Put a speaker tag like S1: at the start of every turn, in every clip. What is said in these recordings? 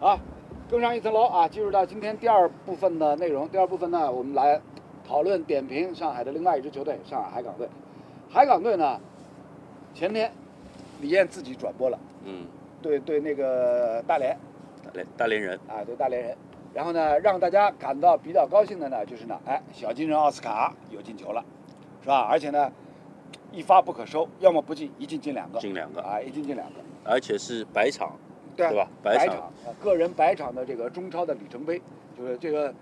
S1: 啊，更上一层楼啊！进入到今天第二部分的内容。第二部分呢，我们来讨论点评上海的另外一支球队——上海海港队。海港队呢，前天李艳自己转播了，
S2: 嗯，
S1: 对对，那个大连
S2: 大连大连人，
S1: 啊，对大连人。然后呢，让大家感到比较高兴的呢，就是呢，哎，小金人奥斯卡有进球了，是吧？而且呢，一发不可收，要么不进，一进进两个，
S2: 进两个
S1: 啊，一进进两个，
S2: 而且是 百场，
S1: 对啊
S2: 对吧
S1: 百
S2: 百场
S1: 啊个人百场的这个中超的里程碑，就是这个，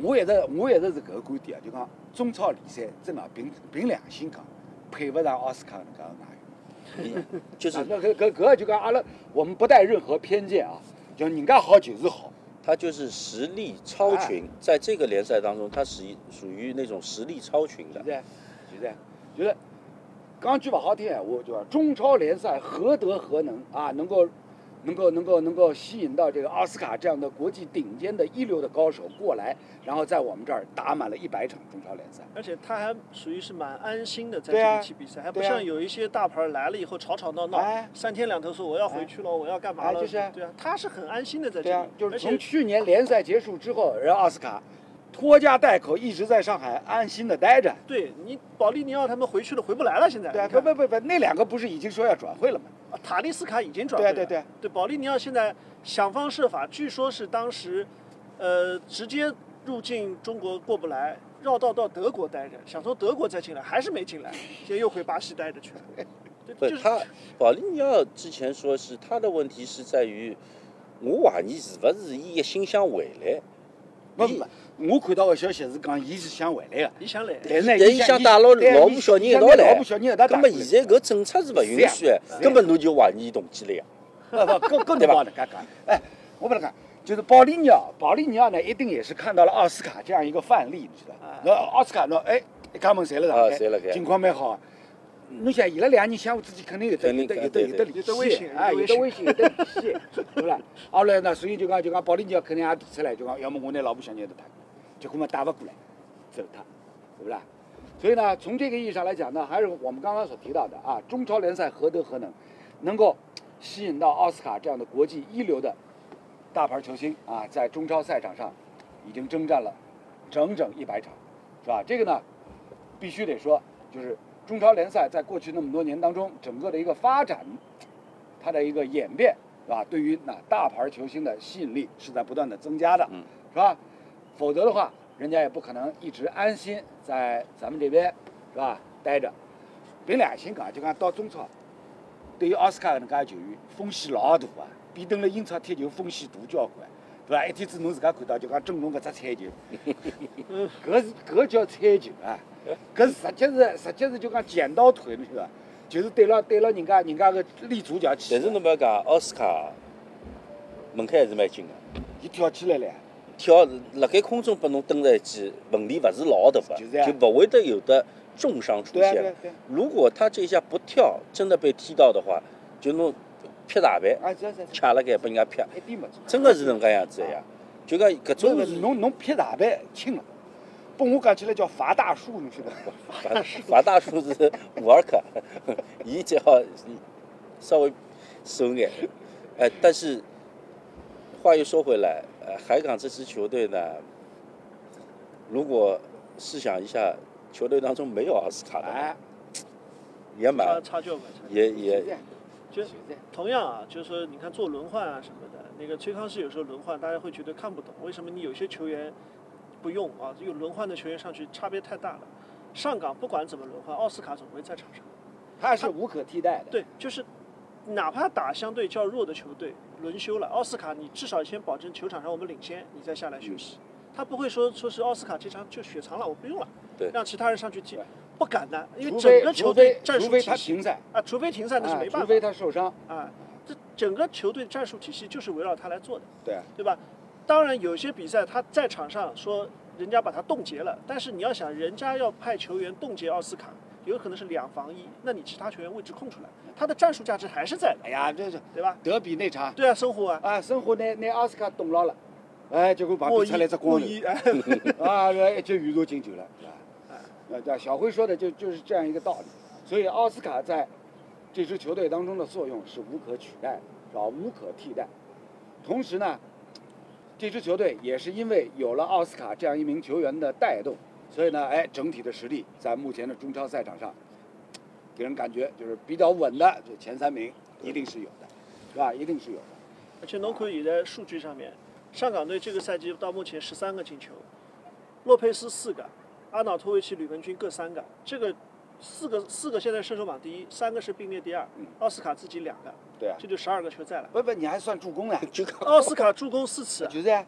S1: 我一直我一直是搿个观点啊，就讲中超联赛真的凭凭良心讲，配不上奥斯卡搿能介个外援。
S2: 就是
S1: 啊那搿搿搿个就讲阿拉，我们不带任何偏见啊，就人家好就是好，
S2: 他就是实力超
S1: 哎
S2: 群，在这个联赛当中，他属于属于那种实力超群的
S1: 现。在现在就是讲句不好听闲话，就讲中超联赛何德何能啊，能够能够能够能够吸引到这个奥斯卡这样的国际顶尖的一流的高手过来，然后在我们这儿打满了一百场中超联赛。
S3: 而且他还属于是蛮安心的在
S1: 对啊
S3: 这一期比赛，还不
S1: 对啊
S3: 像有一些大牌来了以后吵吵闹闹
S1: 哎，
S3: 三天两头说我要回去了，我要干嘛
S1: 哎
S3: 了，
S1: 就是啊
S3: 对啊，他是很安心的在这
S1: 对啊
S3: 里，，
S1: 就是
S3: 而
S1: 从
S3: 且
S1: 去年联赛结束之后，人奥斯卡拖家带口一直在上海安心的待着。
S3: 对你保利尼奥他们回去了，回不来了，现在
S1: 对啊，
S3: 你
S1: 不
S3: 看
S1: 不不不，那两个不是已经说要转会了吗？
S3: 啊塔利斯卡已经转会了，
S1: 对啊对对
S3: 保利尼奥现在想方设法，据说是当时，呃，直接入境中国过不来，绕道到德国待着，想从德国再进来，还是没进来，现在又回巴西待着去 了。
S2: 不
S3: 对，就，是
S2: 他保利尼奥之前说是他的问题是在于，我怀疑是不是伊一心想回来，
S1: 不不，不我看到个消息是讲，伊是想回来的。
S3: 你想嘞，
S1: 但是呢，
S2: 但
S1: 伊
S2: 伊
S1: 想
S2: 想带牢
S1: 对
S2: 老
S1: 伊
S2: 婆小人一
S1: 想
S2: 道
S1: 带
S2: 来
S1: 老婆小人一道
S2: 根
S1: 打
S2: 本
S1: 过来
S2: 现在搿政策是勿允许的
S1: 是啊，
S2: 根本侬就怀疑伊动机了呀。
S1: 不 不，更更得往能讲讲。哎，我跟你讲，就是保利尼奥，保利尼奥呢，一定也是看到了奥斯卡这样一个范例，你知道
S3: 啊？
S1: 那奥斯卡呢，哎，一家门侪辣
S2: 啊
S1: 上
S2: 侪辣
S1: 海，
S2: 盖
S1: 情况蛮好啊。侬想，伊拉两个人相互之间肯定有得
S2: 肯定
S1: 有得有得
S2: 对
S1: 有得
S2: 对
S1: 联
S3: 有得微
S1: 系
S3: 信，
S1: 哎，有得
S3: 有得
S1: 微
S3: 微
S1: 信，有得联系， 对不啦？后来呢，所以就讲就讲保利尼奥肯定也提出来，就讲要么我拿老婆小人头打，结果嘛打不过来，走他，对不啦？所以呢，从这个意义上来讲呢，还是我们刚刚所提到的啊，中超联赛何德何能，能够吸引到奥斯卡这样的国际一流的大牌球星啊，在中超赛场上已经征战了整整一百场，是吧？这个呢，必须得说，就是中超联赛在过去那么多年当中，整个的一个发展，它的一个演变，是吧？对于那大牌球星的吸引力是在不断的增加的，
S2: 嗯
S1: 是吧？否则的话，人家也不可能一直安心在咱们这边，是吧？待着，凭良心讲，就讲到中超，对于奥斯卡搿能介球员风险老大啊，比登了英超踢球风险大交关，对伐？一天子侬自家看到就讲正龙搿只 菜球，搿是搿叫菜球啊，搿实际是实际是就讲剪刀腿，侬晓得伐？就是对了对了人家人家个立足脚去，
S2: 但是侬勿要讲奥斯卡，门槛还是蛮紧的，
S1: 伊跳起来了呀，
S2: 跳辣盖空中拨侬蹲在一起，问题勿是老大
S1: 就是这样
S2: 个，就勿会得有的重伤出
S1: 对啊
S2: 现。
S1: 对啊对啊，
S2: 如果他这一下不跳，真的被踢到的话，就弄劈大板，
S1: 啊是啊是啊，
S2: 卡了盖被人家劈，
S1: 一点没错。
S2: 真的是能介样子的呀。就讲搿
S1: 这
S2: 种
S1: 啊个
S2: 是
S1: 侬侬撇大板轻了，拨我讲起来叫伐大叔，侬晓得伐？
S2: 法 法大叔是五二克，伊只好稍微收眼。哎，但是话又说回来，呃，海港这支球队呢，如果试想一下，球队当中没有奥斯卡的话，
S1: 哎，
S2: 也
S3: 差
S2: 蛮
S3: 差距吧，差距
S2: 也
S1: 现
S2: 也
S1: 在
S3: 就
S1: 现在
S3: 同样啊，就是说，你看做轮换啊什么的，那个崔康熙有时候轮换，大家会觉得看不懂，为什么你有些球员不用啊？有轮换的球员上去差别太大了。上港不管怎么轮换，奥斯卡总会在场上。
S1: 他是无可替代的。
S3: 对，就是哪怕打相对较弱的球队，轮休了，奥斯卡你至少先保证球场上我们领先，你再下来休息。
S1: 嗯
S3: 他不会说说是奥斯卡这场就雪藏了，我不用了，
S2: 对
S3: 让其他人上去踢
S1: 对，
S3: 不敢的，因为
S1: 除
S3: 整
S1: 非
S3: 个
S1: 除非
S3: 球队战
S1: 除
S3: 术
S1: 非
S3: 体
S1: 他
S3: 系
S1: 停赛，
S3: 啊，除非停赛那是
S1: 啊
S3: 没办法。
S1: 除非他受伤，
S3: 啊，这整个球队战术体系就是围绕他来做的，
S1: 对
S3: 对吧？当然，有些比赛他在场上说人家把他冻结了，但是你要想，人家要派球员冻结奥斯卡，有可能是两防一，那你其他球员位置空出来，他的战术价值还是在的，
S1: 哎呀，这是
S3: 对吧？
S1: 德比那场
S3: 对啊，生活啊，
S1: 啊，申花拿拿奥斯卡冻牢了，哎，结果旁
S3: 莫
S1: 边
S3: 伊
S1: 出来只光
S3: 莫
S1: 头，
S3: 伊，哎，
S1: 啊，一记宇宙进球了，是吧
S3: 哎？
S1: 呃，对，小辉说的就就是这样一个道理。所以奥斯卡在这支球队当中的作用是无可取代，是吧？无可替代。同时呢，这支球队也是因为有了奥斯卡这样一名球员的带动，所以呢，哎，整体的实力在目前的中超赛场上，给人感觉就是比较稳的，就前三名一定是有的，是吧？一定是有的。
S3: 而且侬看现在数据上面，上港队这个赛季到目前十三个进球，洛佩斯四个，阿瑙托维奇、吕文君各三个，这个四个四个现在射手榜第一，三个是并列第二
S1: 嗯，
S3: 奥斯卡自己两个，
S1: 对啊，
S3: 这就十二个球在了。
S1: 不不，你还算助攻呢？
S2: 就靠
S3: 奥斯卡助攻四次，
S1: 就这样，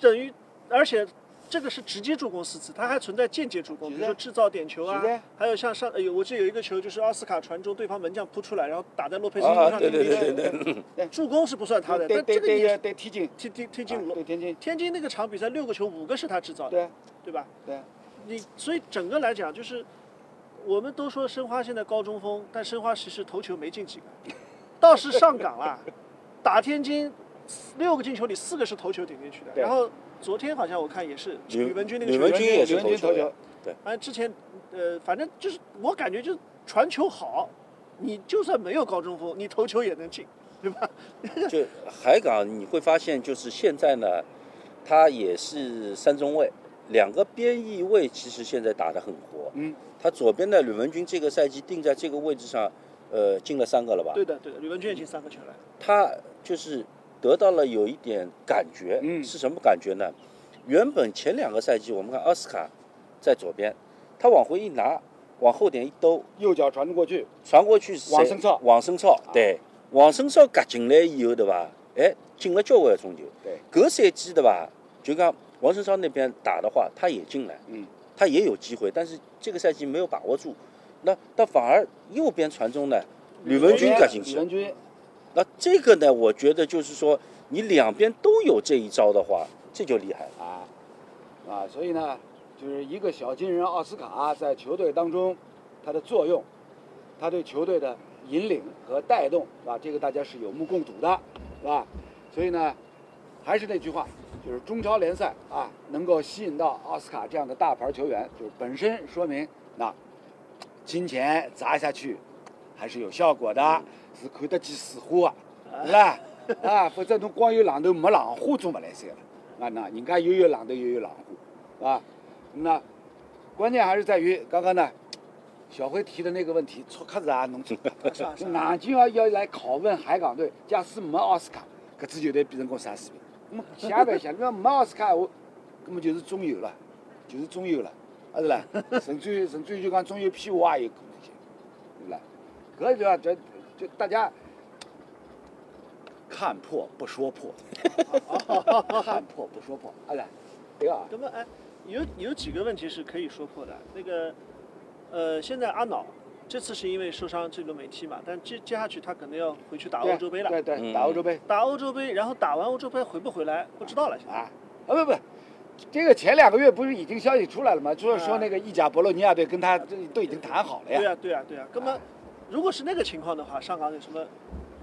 S3: 等于而且这个是直接助攻四次，它还存在间接助攻，
S1: 是
S3: 比
S1: 的
S3: 如说制造点球啊
S1: 是的，
S3: 还有像上呃有我记得有一个球就是奥斯卡传中，对方门将扑出来，然后打在洛佩斯头
S2: 啊，
S3: 上
S2: 对
S3: 进
S2: 对
S3: 第一
S2: 对
S3: 球，
S2: 对对，
S3: 助攻是不算他的，
S1: 对
S3: 但
S1: 对
S3: 这个也
S1: 对
S3: 是
S1: 对，踢进，
S3: 踢踢踢进
S1: 啊
S3: 罗
S1: 对天津，
S3: 天津那个场比赛六个球五个是他制造的，
S1: 对啊
S3: 对吧？
S1: 对啊
S3: 你所以整个来讲就是，我们都说申花现在高中锋，但申花其实头球没进几个，倒是上港啦，打天津六个进球里四个是头球顶进去的，
S1: 对
S3: 然后昨天好像我看也是
S2: 吕
S3: 吕文君那个
S2: 吕
S3: 球
S2: 文
S3: 员，
S2: 君也
S1: 吕
S2: 是
S1: 文君
S2: 头
S1: 头球
S2: 球员，
S3: 反正之前呃反正就是我感觉就是传球好，你就算没有高中锋，你头球也能进，对吧？
S2: 就海港你会发现，就是现在呢，他也是三中卫，两个边翼位其实现在打得很活。
S1: 嗯，
S2: 他左边的吕文君这个赛季定在这个位置上，呃，进了三个了吧？
S3: 对的对的，吕文君也进三个球了。
S2: 他就是得到了有一点感觉，
S1: 嗯
S2: 是什么感觉呢？原本前两个赛季我们看奥斯卡在左边，他往回一拿，往后点一兜，
S1: 右脚传过去，
S2: 传过去是谁
S1: 王生啊超
S2: 王生超，对，王生超夹进来以后，对伐？哎，进了交关的中球。
S1: 对，
S2: 搿赛季对伐？就讲王生超那边打的话，他也进来，
S1: 嗯，
S2: 他也有机会，但是这个赛季没有把握住。那那反而右边传中呢，吕文君夹进
S1: 吕
S2: 去。
S1: 文君，
S2: 那这个呢，我觉得就是说，你两边都有这一招的话，这就厉害了。
S1: 啊啊，所以呢，就是一个小金人奥斯卡在球队当中他的作用，他对球队的引领和带动，是吧？这个大家是有目共睹的，是吧？所以呢，还是那句话，就是中超联赛啊，能够吸引到奥斯卡这样的大牌球员，就是本身说明那金钱砸下去还是有效果
S3: 嗯
S1: 的，是看得见水花啊，是吧？啊，否则侬光有浪头没浪花总不来三了。啊，那人家又有浪头又有浪花，啊，那关键还是在于刚刚呢，小辉提的那个问题，错确实啊，侬
S3: 是啊是啊
S1: 硬劲要要来拷问海港队，假使没奥斯卡，搿支球队变成个啥水平？那么想也别想，那没奥斯卡闲话，那么就是中游了，就是中游了，啊是 啦，甚至于甚至于就讲中游屁话也有可能性，对不啦？搿就要这就大家看破不说破， 看破不说破，啊啦，对啊，
S3: 那么哎，有有几个问题是可以说破的。那个，呃，现在阿瑙这次是因为受伤这轮没踢嘛，但接接下去他可能要回去打欧洲杯了。
S1: 对对，
S2: 嗯
S1: 打欧洲杯
S3: 打欧洲杯，然后打完欧洲杯回不回来不知道了。现在
S1: 啊，啊不不。这个前两个月不是已经消息出来了吗？就是说那个意甲博洛尼亚队跟他这都已经谈好了
S3: 哎对
S1: 呀。
S3: 啊对啊对啊，根本如果是那个情况的话，上港有什么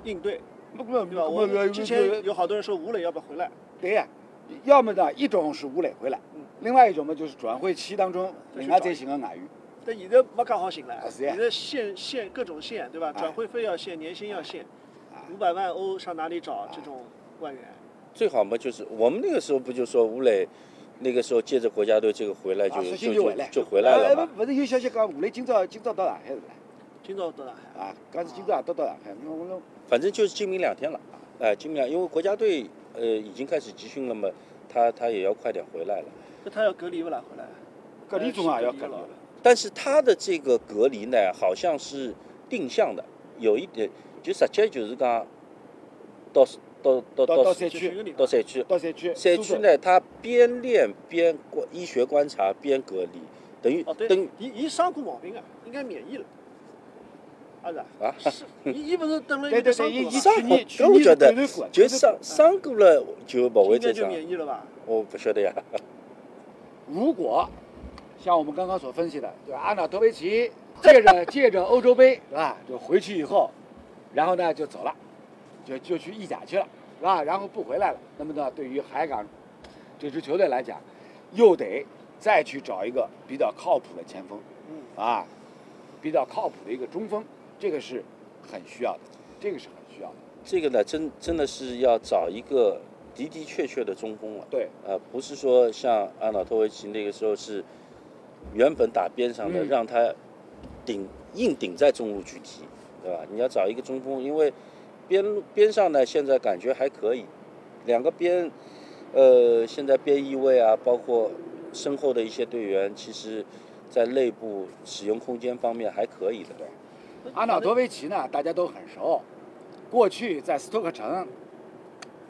S3: 应对，
S1: 不不
S3: 对吧？我之前有好多人说吴磊要不要回来，
S1: 对呀，要么呢，一种是吴磊回来
S3: 嗯，
S1: 另外一种嘛就是转会期当中
S3: 再
S1: 人
S3: 去
S1: 家
S3: 找
S1: 再寻个外援。
S3: 但现在没讲好行了，
S1: 是呀
S3: 现在限限各种限，对吧？
S1: 哎
S3: 转会费要限，年薪要限，五百万欧上哪里找这种外援？
S2: 最好嘛，就是我们那个时候不就说吴磊，那个时候借着国家队这个回来就、
S1: 啊，索性
S2: 就
S1: 回来，
S2: 就回来了
S1: 哎
S2: 嘛。
S1: 不不是有消息讲，吴磊今朝今朝到上海是吧？
S3: 今朝多少？
S1: 啊，讲是今朝也到到上海，我我
S2: 反正就是今明两天了，哎、今明两，因为国家队呃已经开始集训了嘛，他他也要快点回来了。
S3: 那他要隔离不啦？回来？哎
S1: 隔离中啊要隔离
S3: 了
S1: 了。。
S2: 但是他的这个隔离呢，好像是定向的，有一点就实际就是讲到到到
S1: 到
S2: 到
S1: 到山
S3: 就是一
S1: 区，
S3: 个礼拜
S2: 到赛区，
S1: 到山区，
S2: 赛
S1: 苏
S2: 区
S1: 州？
S2: 呢，他边练边观医学观察边隔离，等于
S3: 哦，对
S2: 等于，
S3: 伊伊生过毛病啊，应该免疫了。啊是
S2: 啊
S3: 啊，是，伊伊不是等了
S1: 对
S3: 一个
S1: 对
S3: 伤啊
S1: 对，伊
S3: 过
S1: 伊
S3: 吗
S2: 上
S1: 去年去
S2: 搿我
S1: 年
S2: 觉得
S1: 感染过
S2: 就
S1: 感染
S2: 伤伤过了就不会
S3: 应
S2: 再
S3: 该啊就
S2: 伤，
S3: 免疫了吧？
S2: 我不晓得呀。
S1: 如果像我们刚刚所分析的，就是阿瑙托维奇借着 借着欧洲杯是吧，就回去以后，然后呢就走了，就就去意甲去了是吧？然后不回来了。那么呢，对于海港这支球队来讲，又得再去找一个比较靠谱的前锋
S3: 嗯，
S1: 啊，比较靠谱的一个中锋，这个是很需要的，这个是很需要的。
S2: 这个呢，真真的是要找一个的的确确的中锋了。
S1: 对，
S2: 呃，不是说像阿瑙托维奇那个时候是原本打边上的，
S1: 嗯
S2: 让他顶硬顶在中路去踢，对吧？你要找一个中锋，因为边路边上呢，现在感觉还可以，两个边，呃，现在边翼位啊，包括身后的一些队员，其实在内部使用空间方面还可以的。
S3: 嗯
S1: 阿瑙托维奇呢，大家都很熟，过去在斯托克城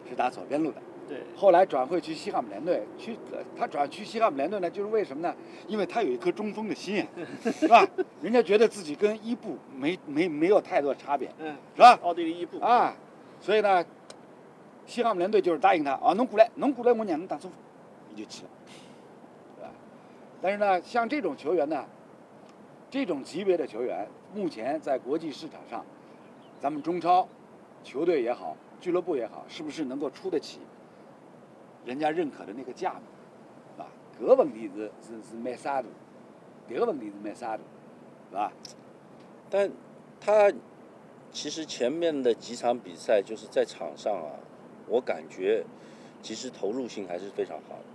S1: 是打左边路的，
S3: 对，
S1: 后来转会去西汉姆联队，去呃他转去西汉姆联队呢，就是为什么呢？因为他有一颗中锋的心眼，是吧？人家觉得自己跟伊布没没没有太多差别，
S3: 嗯，
S1: 是吧？
S3: 奥地利伊布，
S1: 啊，所以呢，西汉姆联队就是答应他啊，侬过来，侬过来，我让侬打中锋，你就去了，对吧？但是呢，像这种球员呢，这种级别的球员，目前在国际市场上，咱们中超球队也好，俱乐部也好，是不是能够出得起人家认可的那个价格？啊，搿问题是是是蛮啥的，迭个问题是蛮啥的，是吧？
S2: 但他其实前面的几场比赛就是在场上啊，我感觉其实投入性还是非常好的。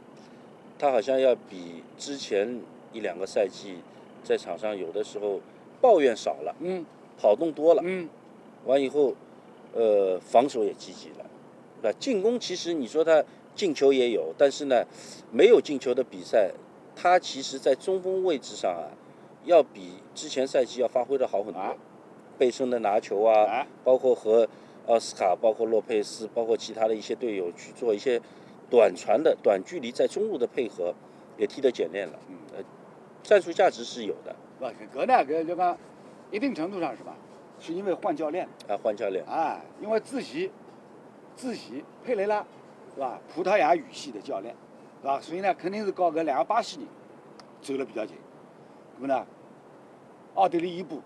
S2: 他好像要比之前一两个赛季在场上有的时候抱怨少了，
S1: 嗯
S2: 跑动多了，
S1: 嗯，
S2: 完以后，呃，防守也积极了，对吧？进攻其实你说他进球也有，但是呢，没有进球的比赛，他其实在中锋位置上啊，要比之前赛季要发挥的好很多。
S1: 啊
S2: 背身的拿球啊，
S1: 哎，
S2: 包括和奥斯卡、包括洛佩斯、包括其他的一些队友去做一些短传的短距离在中路的配合，也踢得简练了。呃
S1: 嗯。
S2: 战术价值是有的
S1: 不，搿呢，搿就讲一定程度上是吧？是因为换教练
S2: 啊，换教练
S1: 啊，因为自习，自习佩雷拉是吧？葡萄牙语系的教练是吧？所以呢，肯定是搞搿两个巴西人走了比较近。那么呢，奥地利伊布，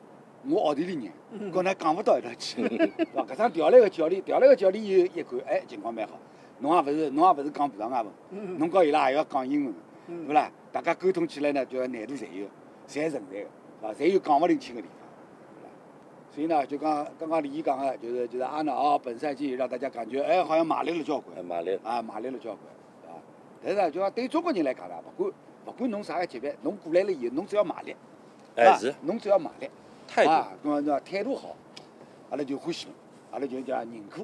S1: 我奥地利 人，跟他讲不到一道去，是吧？搿趟调来个教练，调来个教练以后一看，哎，情况蛮好。侬也勿是，侬也勿是讲葡萄牙文，侬告伊拉也要讲英文。
S3: 嗯
S1: 对啦？大家沟通起来呢，就要难度侪有，侪存在个，是吧？啊侪有讲勿灵清个地方，对吧？所以呢，就讲刚刚李毅讲个，就是就是阿瑙啊，本赛季让大家感觉，哎，好像卖力了交关
S2: 啊，，马列
S1: 啊，卖力了交关，对吧？但是呢，就讲对中国人来讲呢，勿管勿管侬啥个级别，侬过来了以后，侬只要卖力，
S2: 哎
S1: 啊
S2: 是
S1: 侬只要卖力，
S2: 态度
S1: 啊，那那态嗯度好，阿拉就欢喜侬，阿拉就叫认可，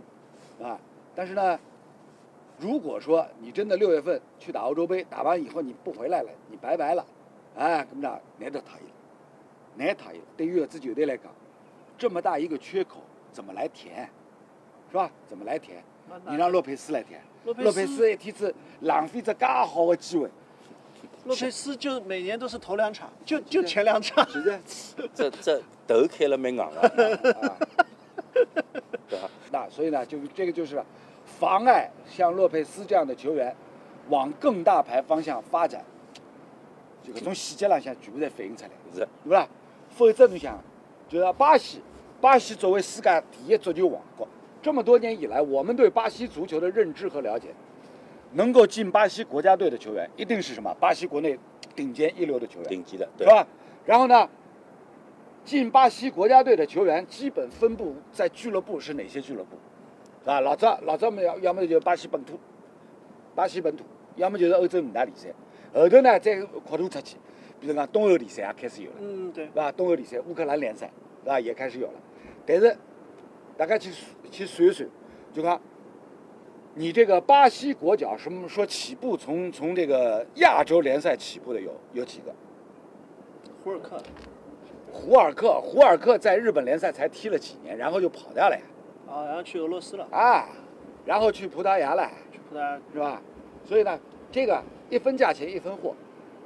S1: 啊。但是呢，如果说你真的六月份去打欧洲杯，打完以后你不回来了，你拜拜了，哎，那么着难得他一了，难他一了。对于这支球队来讲，这么大一个缺口怎么来填，是吧？怎么来填？
S3: 那那
S1: 你让洛佩斯来填，
S3: 洛佩
S1: 洛佩斯一天子浪费这介好的机会，
S3: 洛佩斯就每年都是头两场，就就前两场，
S1: 是不是？
S2: 这这头开了蛮 硬啊，
S1: 啊。
S2: 对啊吧？
S1: 那所以呢，就这个就是妨碍像洛佩斯这样的球员往更大牌方向发展，就搿种细节浪向全部侪反映出来，
S2: 是
S1: 对伐？否则你想，就是巴西，巴西作为世界第一足球王国，这么多年以来，我们对巴西足球的认知和了解，能够进巴西国家队的球员，一定是什么？巴西国内顶尖一流的球员，
S2: 顶级的，
S1: 是
S2: 对
S1: 吧？然后呢，进巴西国家队的球员基本分布在俱乐部是哪些俱乐部？啊，老早老早么要要么就是巴西本土，巴西本土，要么就是欧洲五大联赛。后头呢，再扩大出去，比如讲东欧联赛也开始有了，
S3: 嗯，对
S1: 是，吧？东欧联赛、乌克兰联赛，是吧？也开始有了。但是大家去去算一算，就看你这个巴西国脚什么说起步从从这个亚洲联赛起步的有有几个？
S3: 胡尔克，
S1: 胡尔克，胡尔克在日本联赛才踢了几年，然后就跑掉了呀，
S3: 啊，然后去俄罗斯了，
S1: 啊，然后去葡萄牙了，
S3: 去葡萄牙，
S1: 是吧？所以呢，这个一分价钱一分货，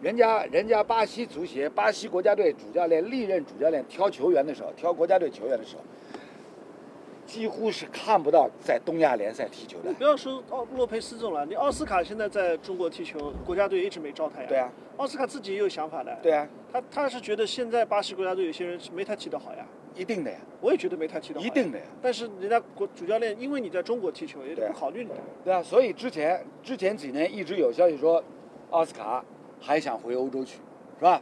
S1: 人家人家巴西足协、巴西国家队主教练历任主教练挑球员的时候，挑国家队球员的时候，几乎是看不到在东亚联赛踢球的
S3: 你。不要说奥洛佩斯这种了，你奥斯卡现在在中国踢球，国家队一直没招他呀。
S1: 对啊，
S3: 奥斯卡自己也有想法的。
S1: 对啊，
S3: 他他是觉得现在巴西国家队有些人是没他踢得好呀，
S1: 一定的呀，
S3: 我也觉得没他踢得好。
S1: 一定。的呀。
S3: 但是人家国主教练因为你在中国踢球，也
S1: 对啊
S3: 不考虑你的。
S1: 对啊，所以之前之前几年一直有消息说，奥斯卡还想回欧洲去，是吧？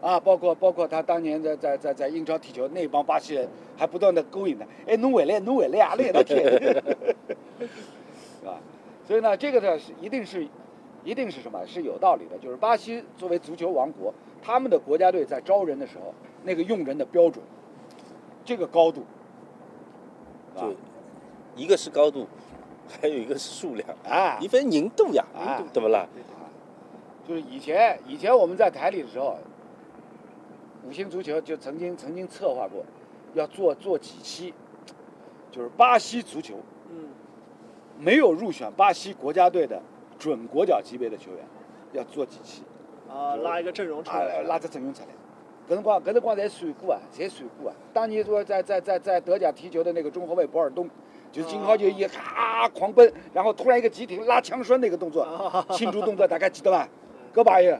S3: 啊，
S1: 啊，包括包括他当年在在在在英超踢球，那帮巴西人还啊 不断的勾引他，哎，侬回来，侬回来，阿拉一道踢，是吧？所以呢，这个呢是一定是，一定是什么是有道理的。就是巴西作为足球王国，他们的国家队在招人的时候，那个用人的标准，这个高度，是吧
S2: 就啊一个是高度，还有一个是数量，
S1: 啊
S2: 一，分凝度呀，
S1: 啊
S2: 对不啦？
S1: 就是以前以前我们在台里的时候，五星足球就曾经曾经策划过，要做做几期，就是巴西足球
S3: 嗯，
S1: 没有入选巴西国家队的准国脚级别的球员，要做几期。
S3: 啊，
S1: 是
S3: 拉一个阵容出
S1: 啊
S3: 来，，
S1: 拉只阵容出来。搿辰光，搿辰光侪算过啊，侪算过啊。当年说在在在在德甲踢球的那个中后卫博尔东，就是经常就一哈狂奔，然后突然一个急停拉枪栓那个动作，
S2: 哦
S3: 啊，
S1: 庆祝动作大家记得伐？搿朋友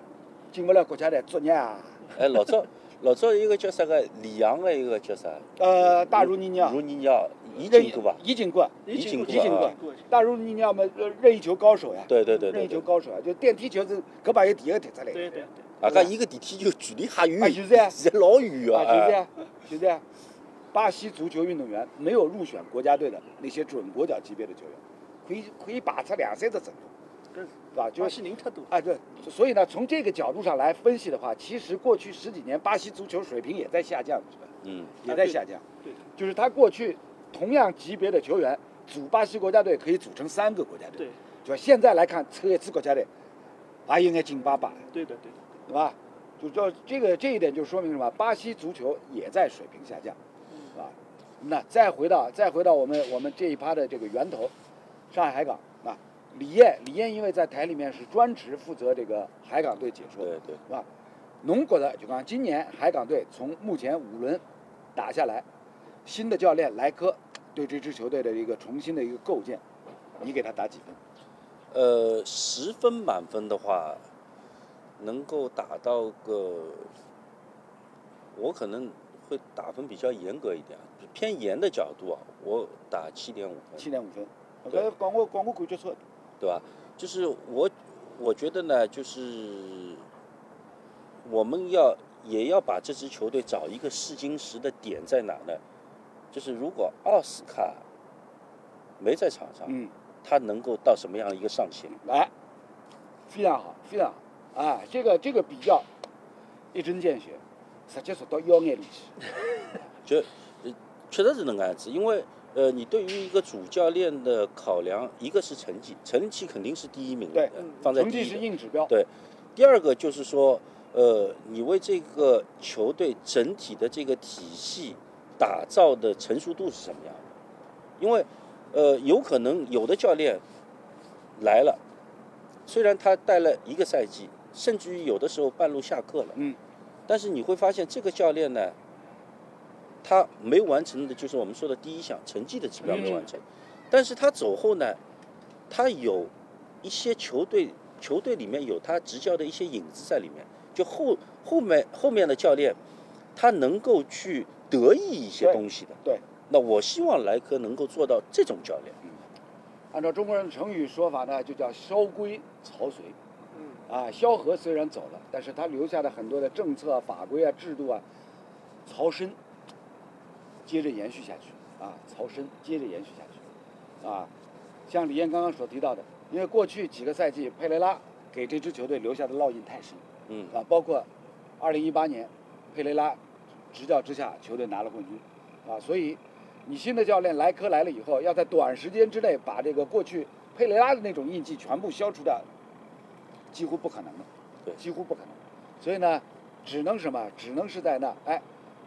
S1: 进勿了国家队作孽啊！
S2: 哎，老早老早有一个叫啥个里昂的一个叫啥？
S1: 呃，大如尼尼奥
S2: 如，尼尼奥，伊
S1: 任
S2: 进过吧？
S1: 伊进过，
S3: 已
S2: 已经
S3: 经
S2: 过
S3: 已经
S1: 了
S3: 过去，
S1: 大如尼尼奥嘛，呃任意球高手呀，
S2: 对对对
S1: 任
S2: 对
S1: 意球
S2: 对。
S1: 高手啊，就电梯球是搿朋友第一个踢出来的。
S3: 对对
S2: 啊，搿伊个电梯球距离哈远，
S1: 啊就是 呀
S2: 现在老远
S1: 啊，就这
S2: 啊。
S1: 样，就这样。巴西足球运动员没有入选国家队的那些准国脚级别的球员，可以可以拔出两三个程度，
S3: 对，
S1: 是吧？
S3: 巴
S1: 就是
S3: 西人太多，
S1: 啊，对，所以呢，从这个角度上来分析的话，其实过去十几年巴西足球水平也在下降，是吧？
S2: 嗯，
S1: 也在下降。
S3: 对的
S1: 就是他过去同样级别的球员组巴西国家队可以组成三个国家队，
S3: 对
S1: 就现在来看，抽一支国家队，还应该进八八。
S3: 对的对的，
S1: 对吧？就这这个这一点就说明什么？巴西足球也在水平下降，是吧？那再回到再回到我们我们这一趴的这个源头，上海海港啊，李艳李艳因为在台里面是专职负责这个海港队解说，
S2: 对对。
S1: 是吧？侬觉得就讲今年海港队从目前五轮打下来，新的教练莱科对这支球队的一个重新的一个构建，你给他打几分？
S2: 呃，十分满分的话，能够打到个，我可能会打分比较严格一点，偏严的角度啊，我打七点五
S1: 七
S2: 分，
S1: 点五分。
S2: 对
S1: 搿广我广我感觉错，
S2: 对吧？就是我，我觉得呢，就是我们要也要把这支球队找一个试金石的点在哪呢？就是如果奥斯卡没在场上，
S1: 嗯。
S2: 他能够到什么样一个上限？
S1: 来，非常好，非常好啊！这个这个比较一针见血，直接说到腰眼里去。
S2: 就呃确实是能样子，因为呃，你对于一个主教练的考量，一个是成绩，成绩肯定是第一名
S1: 对
S2: 的，放在
S1: 成
S2: 第
S1: 绩
S2: 一
S1: 是
S2: 的。
S1: 硬指标，
S2: 对，第二个就是说，呃，你为这个球队整体的这个体系打造的成熟度是什么样的？因为呃，有可能有的教练来了，虽然他带了一个赛季，甚至于有的时候半路下课了。
S1: 嗯，
S2: 但是你会发现这个教练呢，他没完成的就是我们说的第一项成绩的指标没完成，但是他走后呢，他有一些球队球队里面有他执教的一些影子在里面，就后后面后面的教练，他能够去得意一些
S1: 对
S2: 东西的。
S1: 对
S2: 那我希望莱科能够做到这种教练。
S1: 按照中国人的成语说法呢，就叫萧规曹随。
S3: 嗯，
S1: 啊，萧何虽然走了，但是他留下的很多的政策啊、法规啊、制度啊，曹参接着延续下去啊，曹参接着延续下去啊。像李艳刚刚所提到的，因为过去几个赛季佩雷拉给这支球队留下的烙印太深，
S2: 嗯
S1: 啊，包括二零一八年佩雷拉执教之下，球队拿了冠军，啊，所以你新的教练莱科来了以后，要在短时间之内把这个过去佩雷拉的那种印记全部消除掉，几乎不可能的，
S2: 对
S1: 几乎不可能。所以呢，只能什么？只能是在那哎，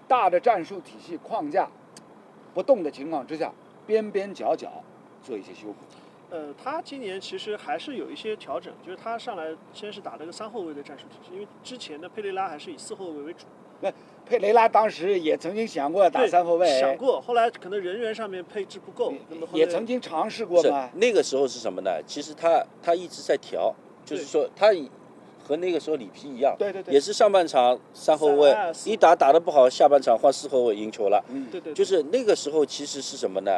S1: 大的战术体系框架不动的情况之下，边边角角做一些修补。
S3: 呃，他今年其实还是有一些调整，就是他上来先是打了个三后卫的战术体系，因为之前的佩雷拉还是以四后卫为主，
S1: 佩雷拉当时也曾经想过打
S3: 对
S1: 三后卫，
S3: 想过，后来可能人员上面配置不够，那么后
S1: 也
S3: 来
S1: 曾经尝试过
S2: 是
S1: 嘛。
S2: 那个时候是什么呢？其实他他一直在调，就是说他以和那个时候里皮一样，
S1: 对对对
S2: 也是上半场三后卫
S3: 三啊四
S2: 一打打得不好，下半场换四后卫赢球了。
S1: 嗯，
S3: 对对，对
S2: 就是那个时候其实是什么呢？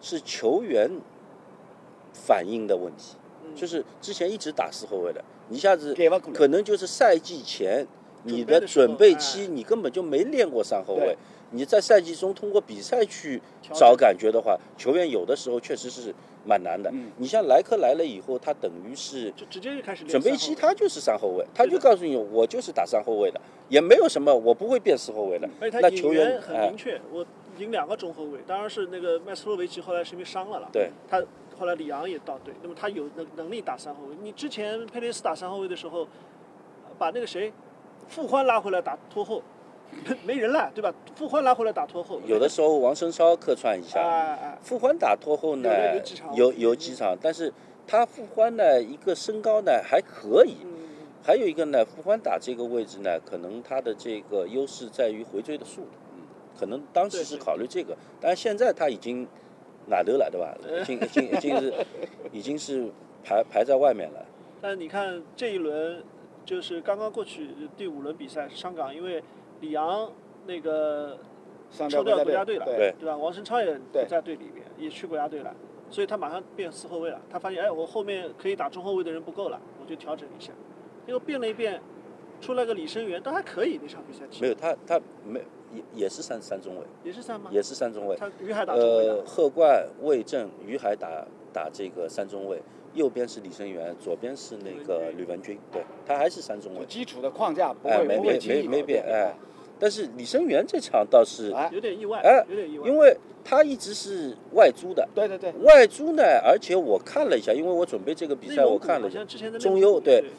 S2: 是球员反应的问题，
S3: 嗯
S2: 就是之前一直打四后卫的，你一下子
S1: 给不过来
S2: 可能就是赛季前你的
S3: 准
S2: 准
S3: 备
S2: 备
S3: 的时候哎
S2: 期，你根本就没练过三后卫
S1: 对，
S2: 你在赛季中通过比赛去
S3: 调整
S2: 找感觉的话，球员有的时候确实是蛮难的
S1: 嗯。
S2: 你像莱克来了以后，他等于是
S3: 就直接就开始练
S2: 准备
S3: 三
S2: 期
S3: 后卫
S2: 他就是三后卫，他
S3: 对
S2: 就
S3: 的
S2: 告诉你我就是打三后卫的，也没有什么我不会变四后卫的。
S3: 嗯而且
S2: 那
S3: 他
S2: 球
S3: 引
S2: 员
S3: 援很
S2: 哎
S3: 明，确，我引两个中后卫，当然是那个麦斯洛维奇后来是因为伤了了，
S2: 对，
S3: 他后来里昂也到队，那么他有能能力打三后卫。你之前佩雷斯打三后卫的时候，呃把那个谁，傅欢拉回来打拖后，没人了，对吧？傅欢拉回来打拖后，
S2: 有的时候王生超客串一
S3: 啊
S2: 下。
S3: 啊，
S2: 傅欢打拖后呢
S3: 有有几场，
S2: 有有几场，但是他傅欢呢一个身高呢还可以，
S3: 嗯，
S2: 还有一个呢，傅欢打这个位置呢，可能他的这个优势在于回追的速度，嗯，可能当时
S3: 对
S2: 是
S3: 对
S2: 考虑这个，但是现在他已经哪得了，对吧？已经已经已经 是已经是排排在外面了，
S3: 但你看这一轮，就是刚刚过去第五轮比赛，上港因为里昂那个
S1: 上到
S3: 抽掉
S1: 国
S3: 国
S1: 家
S3: 家
S1: 队
S3: 队了，
S2: 对
S3: 吧？王晨超也
S1: 对
S3: 不在队里面，也去国家队了，所以他马上变四后卫了。他发现，哎，我后面可以打中后卫的人不够了，我就调整一下。结果变了一变，出来个李生源，倒还可以那场比赛踢，
S2: 没有他他没也也是三三中卫，
S3: 也是三吗？
S2: 也是三中卫，
S3: 他于海打中卫
S2: 呃，
S3: 的，
S2: 贺冠、魏正、于海打打这个三中卫，右边是李生源，左边是那个吕文君，对他还是三中卫
S1: 就，基础的框架不
S2: 哎，
S1: 会
S2: 没
S1: 不会
S2: 没
S1: 轻
S2: 没
S1: 易
S2: 没
S1: 改
S2: 变，
S1: 变
S2: 哎，但是李生源这场倒是。
S1: 哎，
S3: 有点意外，
S2: 哎
S3: 有点意外，
S2: 因为他一直是外租的，
S1: 对对对，
S2: 外租呢，而且我看了一下，因为我准备这个比赛，
S3: 内蒙古
S2: 我看了
S3: 好
S2: 一下
S3: 像，之前的内
S2: 中
S3: 蒙古
S2: 游对
S3: 队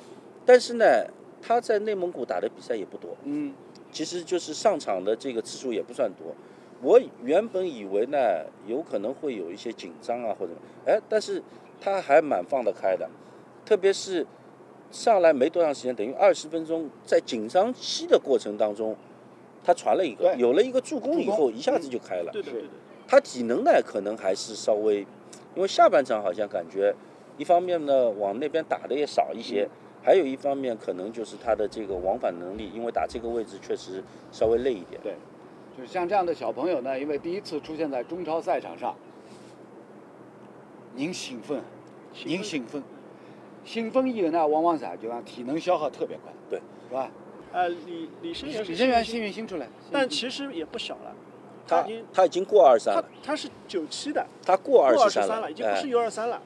S2: 但是呢，他在内蒙古打的比赛也不多，
S1: 嗯，
S2: 其实就是上场的这个次数也不算多。我原本以为呢，有可能会有一些紧张啊或者，哎，但是他还蛮放得开的，特别是上来没多长时间，等于二十分钟，在紧张期的过程当中，他传了一个，
S1: 对
S2: 有了一个助攻
S1: 助
S2: 以
S1: 攻嗯
S2: 后，一下子就开了。
S3: 对的对的，
S2: 他体能呢，可能还是稍微，因为下半场好像感觉，一方面呢往那边打的也少一
S3: 嗯
S2: 些，还有一方面可能就是他的这个往返能力，因为打这个位置确实稍微累一点。
S1: 对，就是像这样的小朋友呢，因为第一次出现在中超赛场上，您兴奋，您兴奋，兴奋以后呢，往往啥就讲体能消耗特别快，
S2: 对，
S1: 是吧？
S3: 呃，李李生源是
S1: 李生源
S3: 新
S1: 幸运星出来，嗯
S3: 但其实也不小了，
S2: 他
S3: 已经
S2: 他已经过二三
S3: 他
S2: 了，
S3: 他是九七的，
S2: 他过
S3: 过
S2: 十
S3: 十
S2: 了，
S3: 了，已经不
S2: 哎
S3: 是 U 二三了。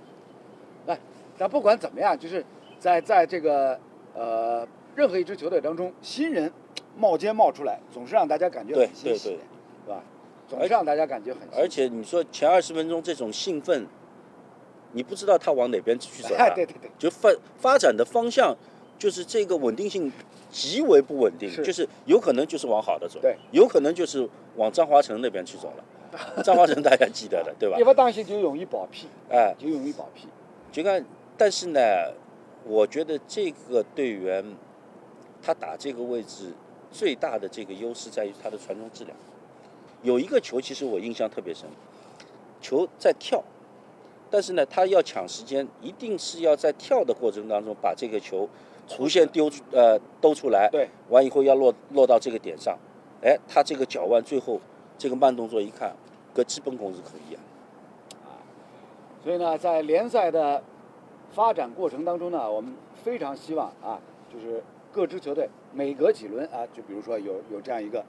S1: 哎，但不管怎么样，就是在在这个呃任何一支球队当中，新人冒尖冒出来，总是让大家感觉
S2: 对
S1: 很欣喜
S2: 对
S1: 的
S2: 对，
S1: 是吧？总是让大家感觉很欣喜
S2: 而且你说前二十分钟这种兴奋，你不知道他往哪边去走
S1: 哎
S2: 啊，
S1: 对对对，
S2: 就发发展的方向，就是这个稳定性极为不稳定，
S1: 是
S2: 就是有可能就是往好的走，
S1: 对，
S2: 有可能就是往张华成那边去走 了。张华成大家记得的，对吧
S1: 一？不当心就容易保 P，
S2: 哎，
S1: 就容易保 P。
S2: 就看，但是呢，我觉得这个队员他打这个位置最大的这个优势在于他的传中质量。有一个球，其实我印象特别深，球在跳，但是呢，他要抢时间，一定是要在跳的过程当中把这个球弧线丢出呃兜出来，
S1: 对，
S2: 完以后要落落到这个点上，哎，他这个脚腕最后这个慢动作一看，跟基本功是可以啊。
S1: 所以呢，在联赛的发展过程当中呢，我们非常希望啊，就是各支球队每隔几轮啊，就比如说有有这样一个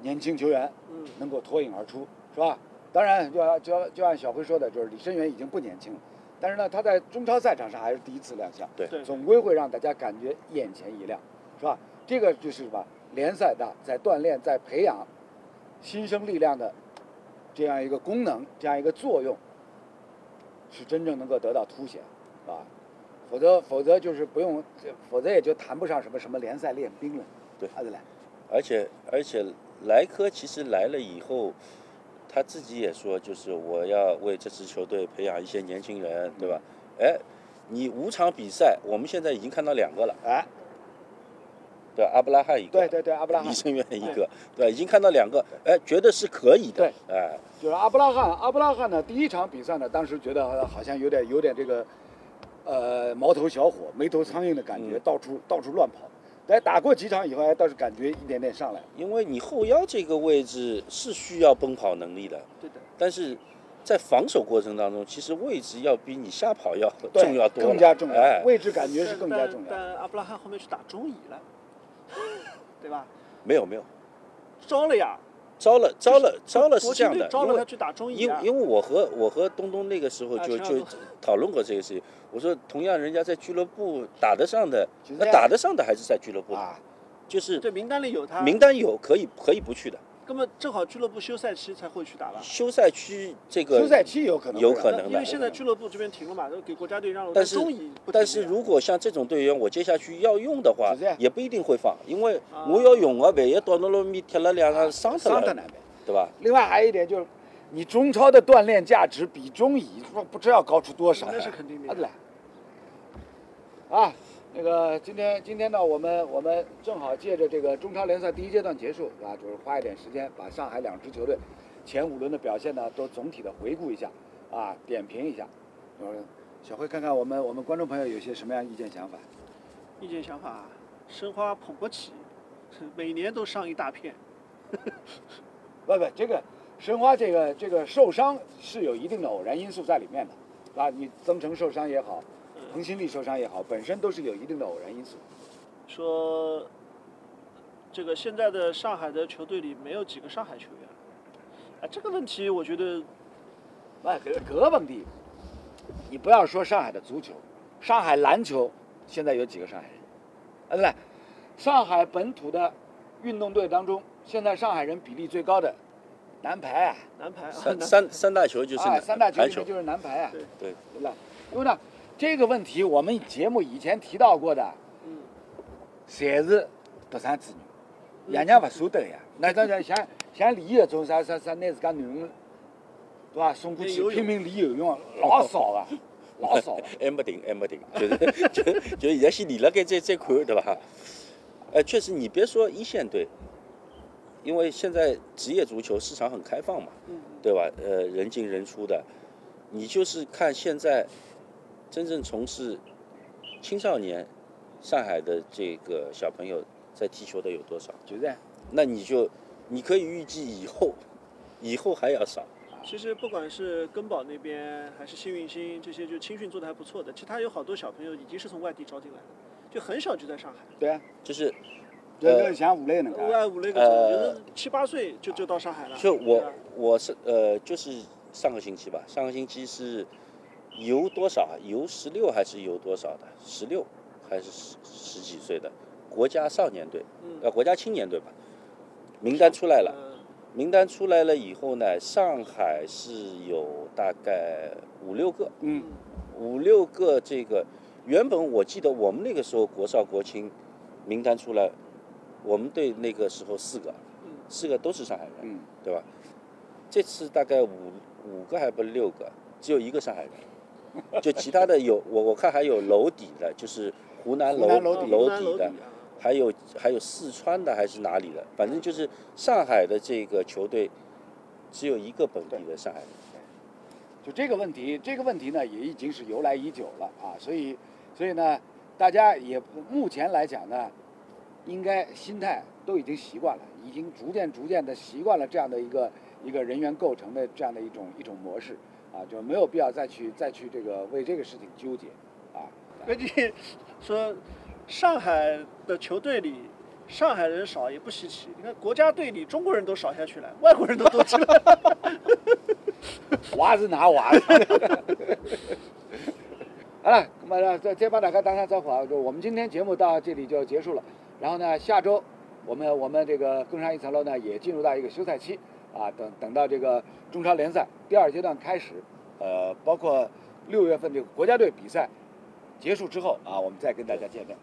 S1: 年轻球员
S3: 嗯，
S1: 能够脱颖而出，是吧？当然，就要就要就按小辉说的，就是李申源已经不年轻了，但是呢，他在中超赛场上还是第一次亮相，
S2: 对
S3: 对
S1: 总归会让大家感觉眼前一亮，是吧？这个就是什么联赛的在锻炼、在培养新生力量的这样一个功能、这样一个作用，是真正能够得到凸显，啊，否则否则就是不用，否则也就谈不上什么什么联赛练兵了，
S2: 对
S1: 阿德莱，
S2: 而且而且莱科其实来了以后，他自己也说，就是我要为这支球队培养一些年轻人，对吧？哎，你五场比赛，我们现在已经看到两个了，
S1: 哎，
S2: 对吧阿布拉罕一个，
S1: 对对对，阿布拉罕
S2: 李，胜元一个，对吧，已经看到两个，哎，觉得是可以的，哎，
S1: 就是阿布拉罕，阿布拉罕呢，第一场比赛呢，当时觉得呃好像有点有点这个，呃，毛头小伙、没头苍蝇的感觉，
S2: 嗯
S1: 到处到处乱跑。但打过几场以后，哎，倒是感觉一点点上来。
S2: 因为你后腰这个位置是需要奔跑能力的，
S3: 对的。
S2: 但是在防守过程当中，其实位置要比你瞎跑要
S1: 对
S2: 重要多了，
S1: 更加重要，
S2: 哎，
S1: 位置感觉是
S3: 但
S1: 更加重要。
S3: 但但阿布拉罕后 面去打中乙了，对吧？
S2: 没有没有，
S3: 招了呀，
S2: 招了招了招了是
S3: 国
S2: 这
S3: 际
S2: 样
S3: 队
S2: 的，
S3: 招
S2: 因
S3: 了
S2: 为
S3: 他去打中
S2: 因
S3: 乙
S2: 为
S3: 啊，
S2: 因为我和我和东东那个时候
S3: 啊
S2: 就
S3: 陈晓
S2: 就
S3: 东
S2: 讨论过这个事情，我说同样人家在俱乐部打得上的
S1: 其实，
S2: 那
S1: 这样
S2: 打得上的还是在俱乐部打，
S1: 啊，
S2: 就是
S3: 对名单里有他，
S2: 名单有可以可以不去的，
S3: 根本正好俱乐部休赛期才会去打吧。
S2: 休赛区这个
S1: 休赛期有可能会
S2: 有
S1: 让
S2: 可能的
S3: 因为现在俱乐部这边停了嘛，都给国家队让了，
S2: 但是
S3: 中乙不停了呀
S2: 但是如果像这种队员，我接下去要用的话
S1: 是这样，
S2: 也不一定会放，因为
S3: 啊
S2: 我要用啊，万一到那路面踢了两个伤脱
S1: 伤得
S2: 了，
S1: 难呗。
S2: 对吧？
S1: 另外还有一点就是，你中超的锻炼价值比中乙说不知道高出多少来，
S3: 那是肯定的
S1: 啊对了啊，那个今天今天呢，我们我们正好借着这个中超联赛第一阶段结束，是吧？就是花一点时间把上海两支球队前五轮的表现呢，都总体的回顾一下，啊，点评一下。呃小辉，看看我们我们观众朋友有些什么样意见想法？
S3: 意见想法，申花捧不起， 每年都上一大片，
S1: 不不，这个申花这个这个受伤是有一定的偶然因素在里面的，啊，你曾诚受伤也好，彭新力受伤也好，本身都是有一定的偶然因素。
S3: 说这个现在的上海的球队里没有几个上海球员。啊，这个问题我觉得
S1: 哎，搿搿个问题，你不要说上海的足球，上海篮球现在有几个上海人？呃，不对，上海本土的运动队当中，现在上海人比例最高的男排啊，
S3: 男排啊，
S2: 三
S3: 男
S2: 三三大球就是
S1: 啊，三大球
S2: 篮
S1: 里
S2: 球
S1: 面，就是男排啊，
S3: 对
S2: 对，
S1: 对吧？因为呢，这个问题我们节目以前提到过的，
S3: 嗯，
S1: 侪是独生子
S3: 嗯
S1: 女，爷娘勿舍得呀。那当然像像李搿种啥啥啥，拿自家囡恩，对伐？送过去
S3: 练游泳哦
S1: 拼命练游泳，老少啊，老少 啊。
S2: 还没停，还没停，就是就就现在先理了该再再看，对吧？呃，确实，你别说一线队，因为现在职业足球市场很开放嘛，
S3: 嗯
S2: 对吧？呃，人进人出的，你就是看现在真正从事青少年上海的这个小朋友在踢球的有多少？
S1: 就是啊，
S2: 那你就你可以预计以后，以后还要少。
S3: 其实不管是根宝那边，还是幸运星这些，就青训做的还不错的。其他有好多小朋友已经是从外地招进来的，就很小就在上海。
S1: 对啊，
S2: 就是
S1: 就是像武磊那
S3: 五
S1: 个，
S3: 爱五那个，
S2: 呃
S3: 有的七八岁就就到上海了。
S2: 就
S3: 对
S2: 我
S3: 吧
S2: 我是呃，就是上个星期吧，上个星期是游多少啊？游十六还是游多少的？十六还是十十几岁的国家少年队，
S3: 嗯，
S2: 呃，国家青年队吧。名单出来了，
S3: 嗯
S2: 名单出来了以后呢，上海是有大概五六个，
S1: 嗯，
S2: 五六个这个，原本我记得我们那个时候国少国青名单出来，我们队那个时候四个，
S3: 嗯
S2: 四个都是上海人，
S1: 嗯
S2: 对吧？这次大概五五个还不六个，只有一个上 海人，就其他的有我我看还有娄底的，就是湖南
S1: 湖
S2: 娄
S1: 南娄
S3: 啊
S1: 底
S3: 湖
S2: 娄
S3: 南
S2: 底的
S3: 啊，
S2: 还有还有四川的还是哪里的，反正就是上海的这个球队只有一个本地的上海人。
S1: 就这个问题，这个问题呢也已经是由来已久了啊，所以所以呢，大家也目前来讲呢，应该心态都已经习惯了，已经逐渐逐渐的习惯了这样的一个一个人员构成的这样的一种一种模式啊，就没有必要再去再去这个为这个事情纠结啊。
S3: 关键说上海的球队里。上海人少也不稀奇，你看国家队里中国人都少下去了，外国人都多进来了。
S1: 娃是拿 娃的。好了，那么呃再再帮大家打声招呼啊！就我们今天节目到这里就结束了。然后呢，下周我们我们这个更上一层楼呢，也进入到一个休赛期啊。等等到这个中超联赛第二阶段开始，呃，包括六月份这个国家队比赛结束之后啊，我们再跟大家见面。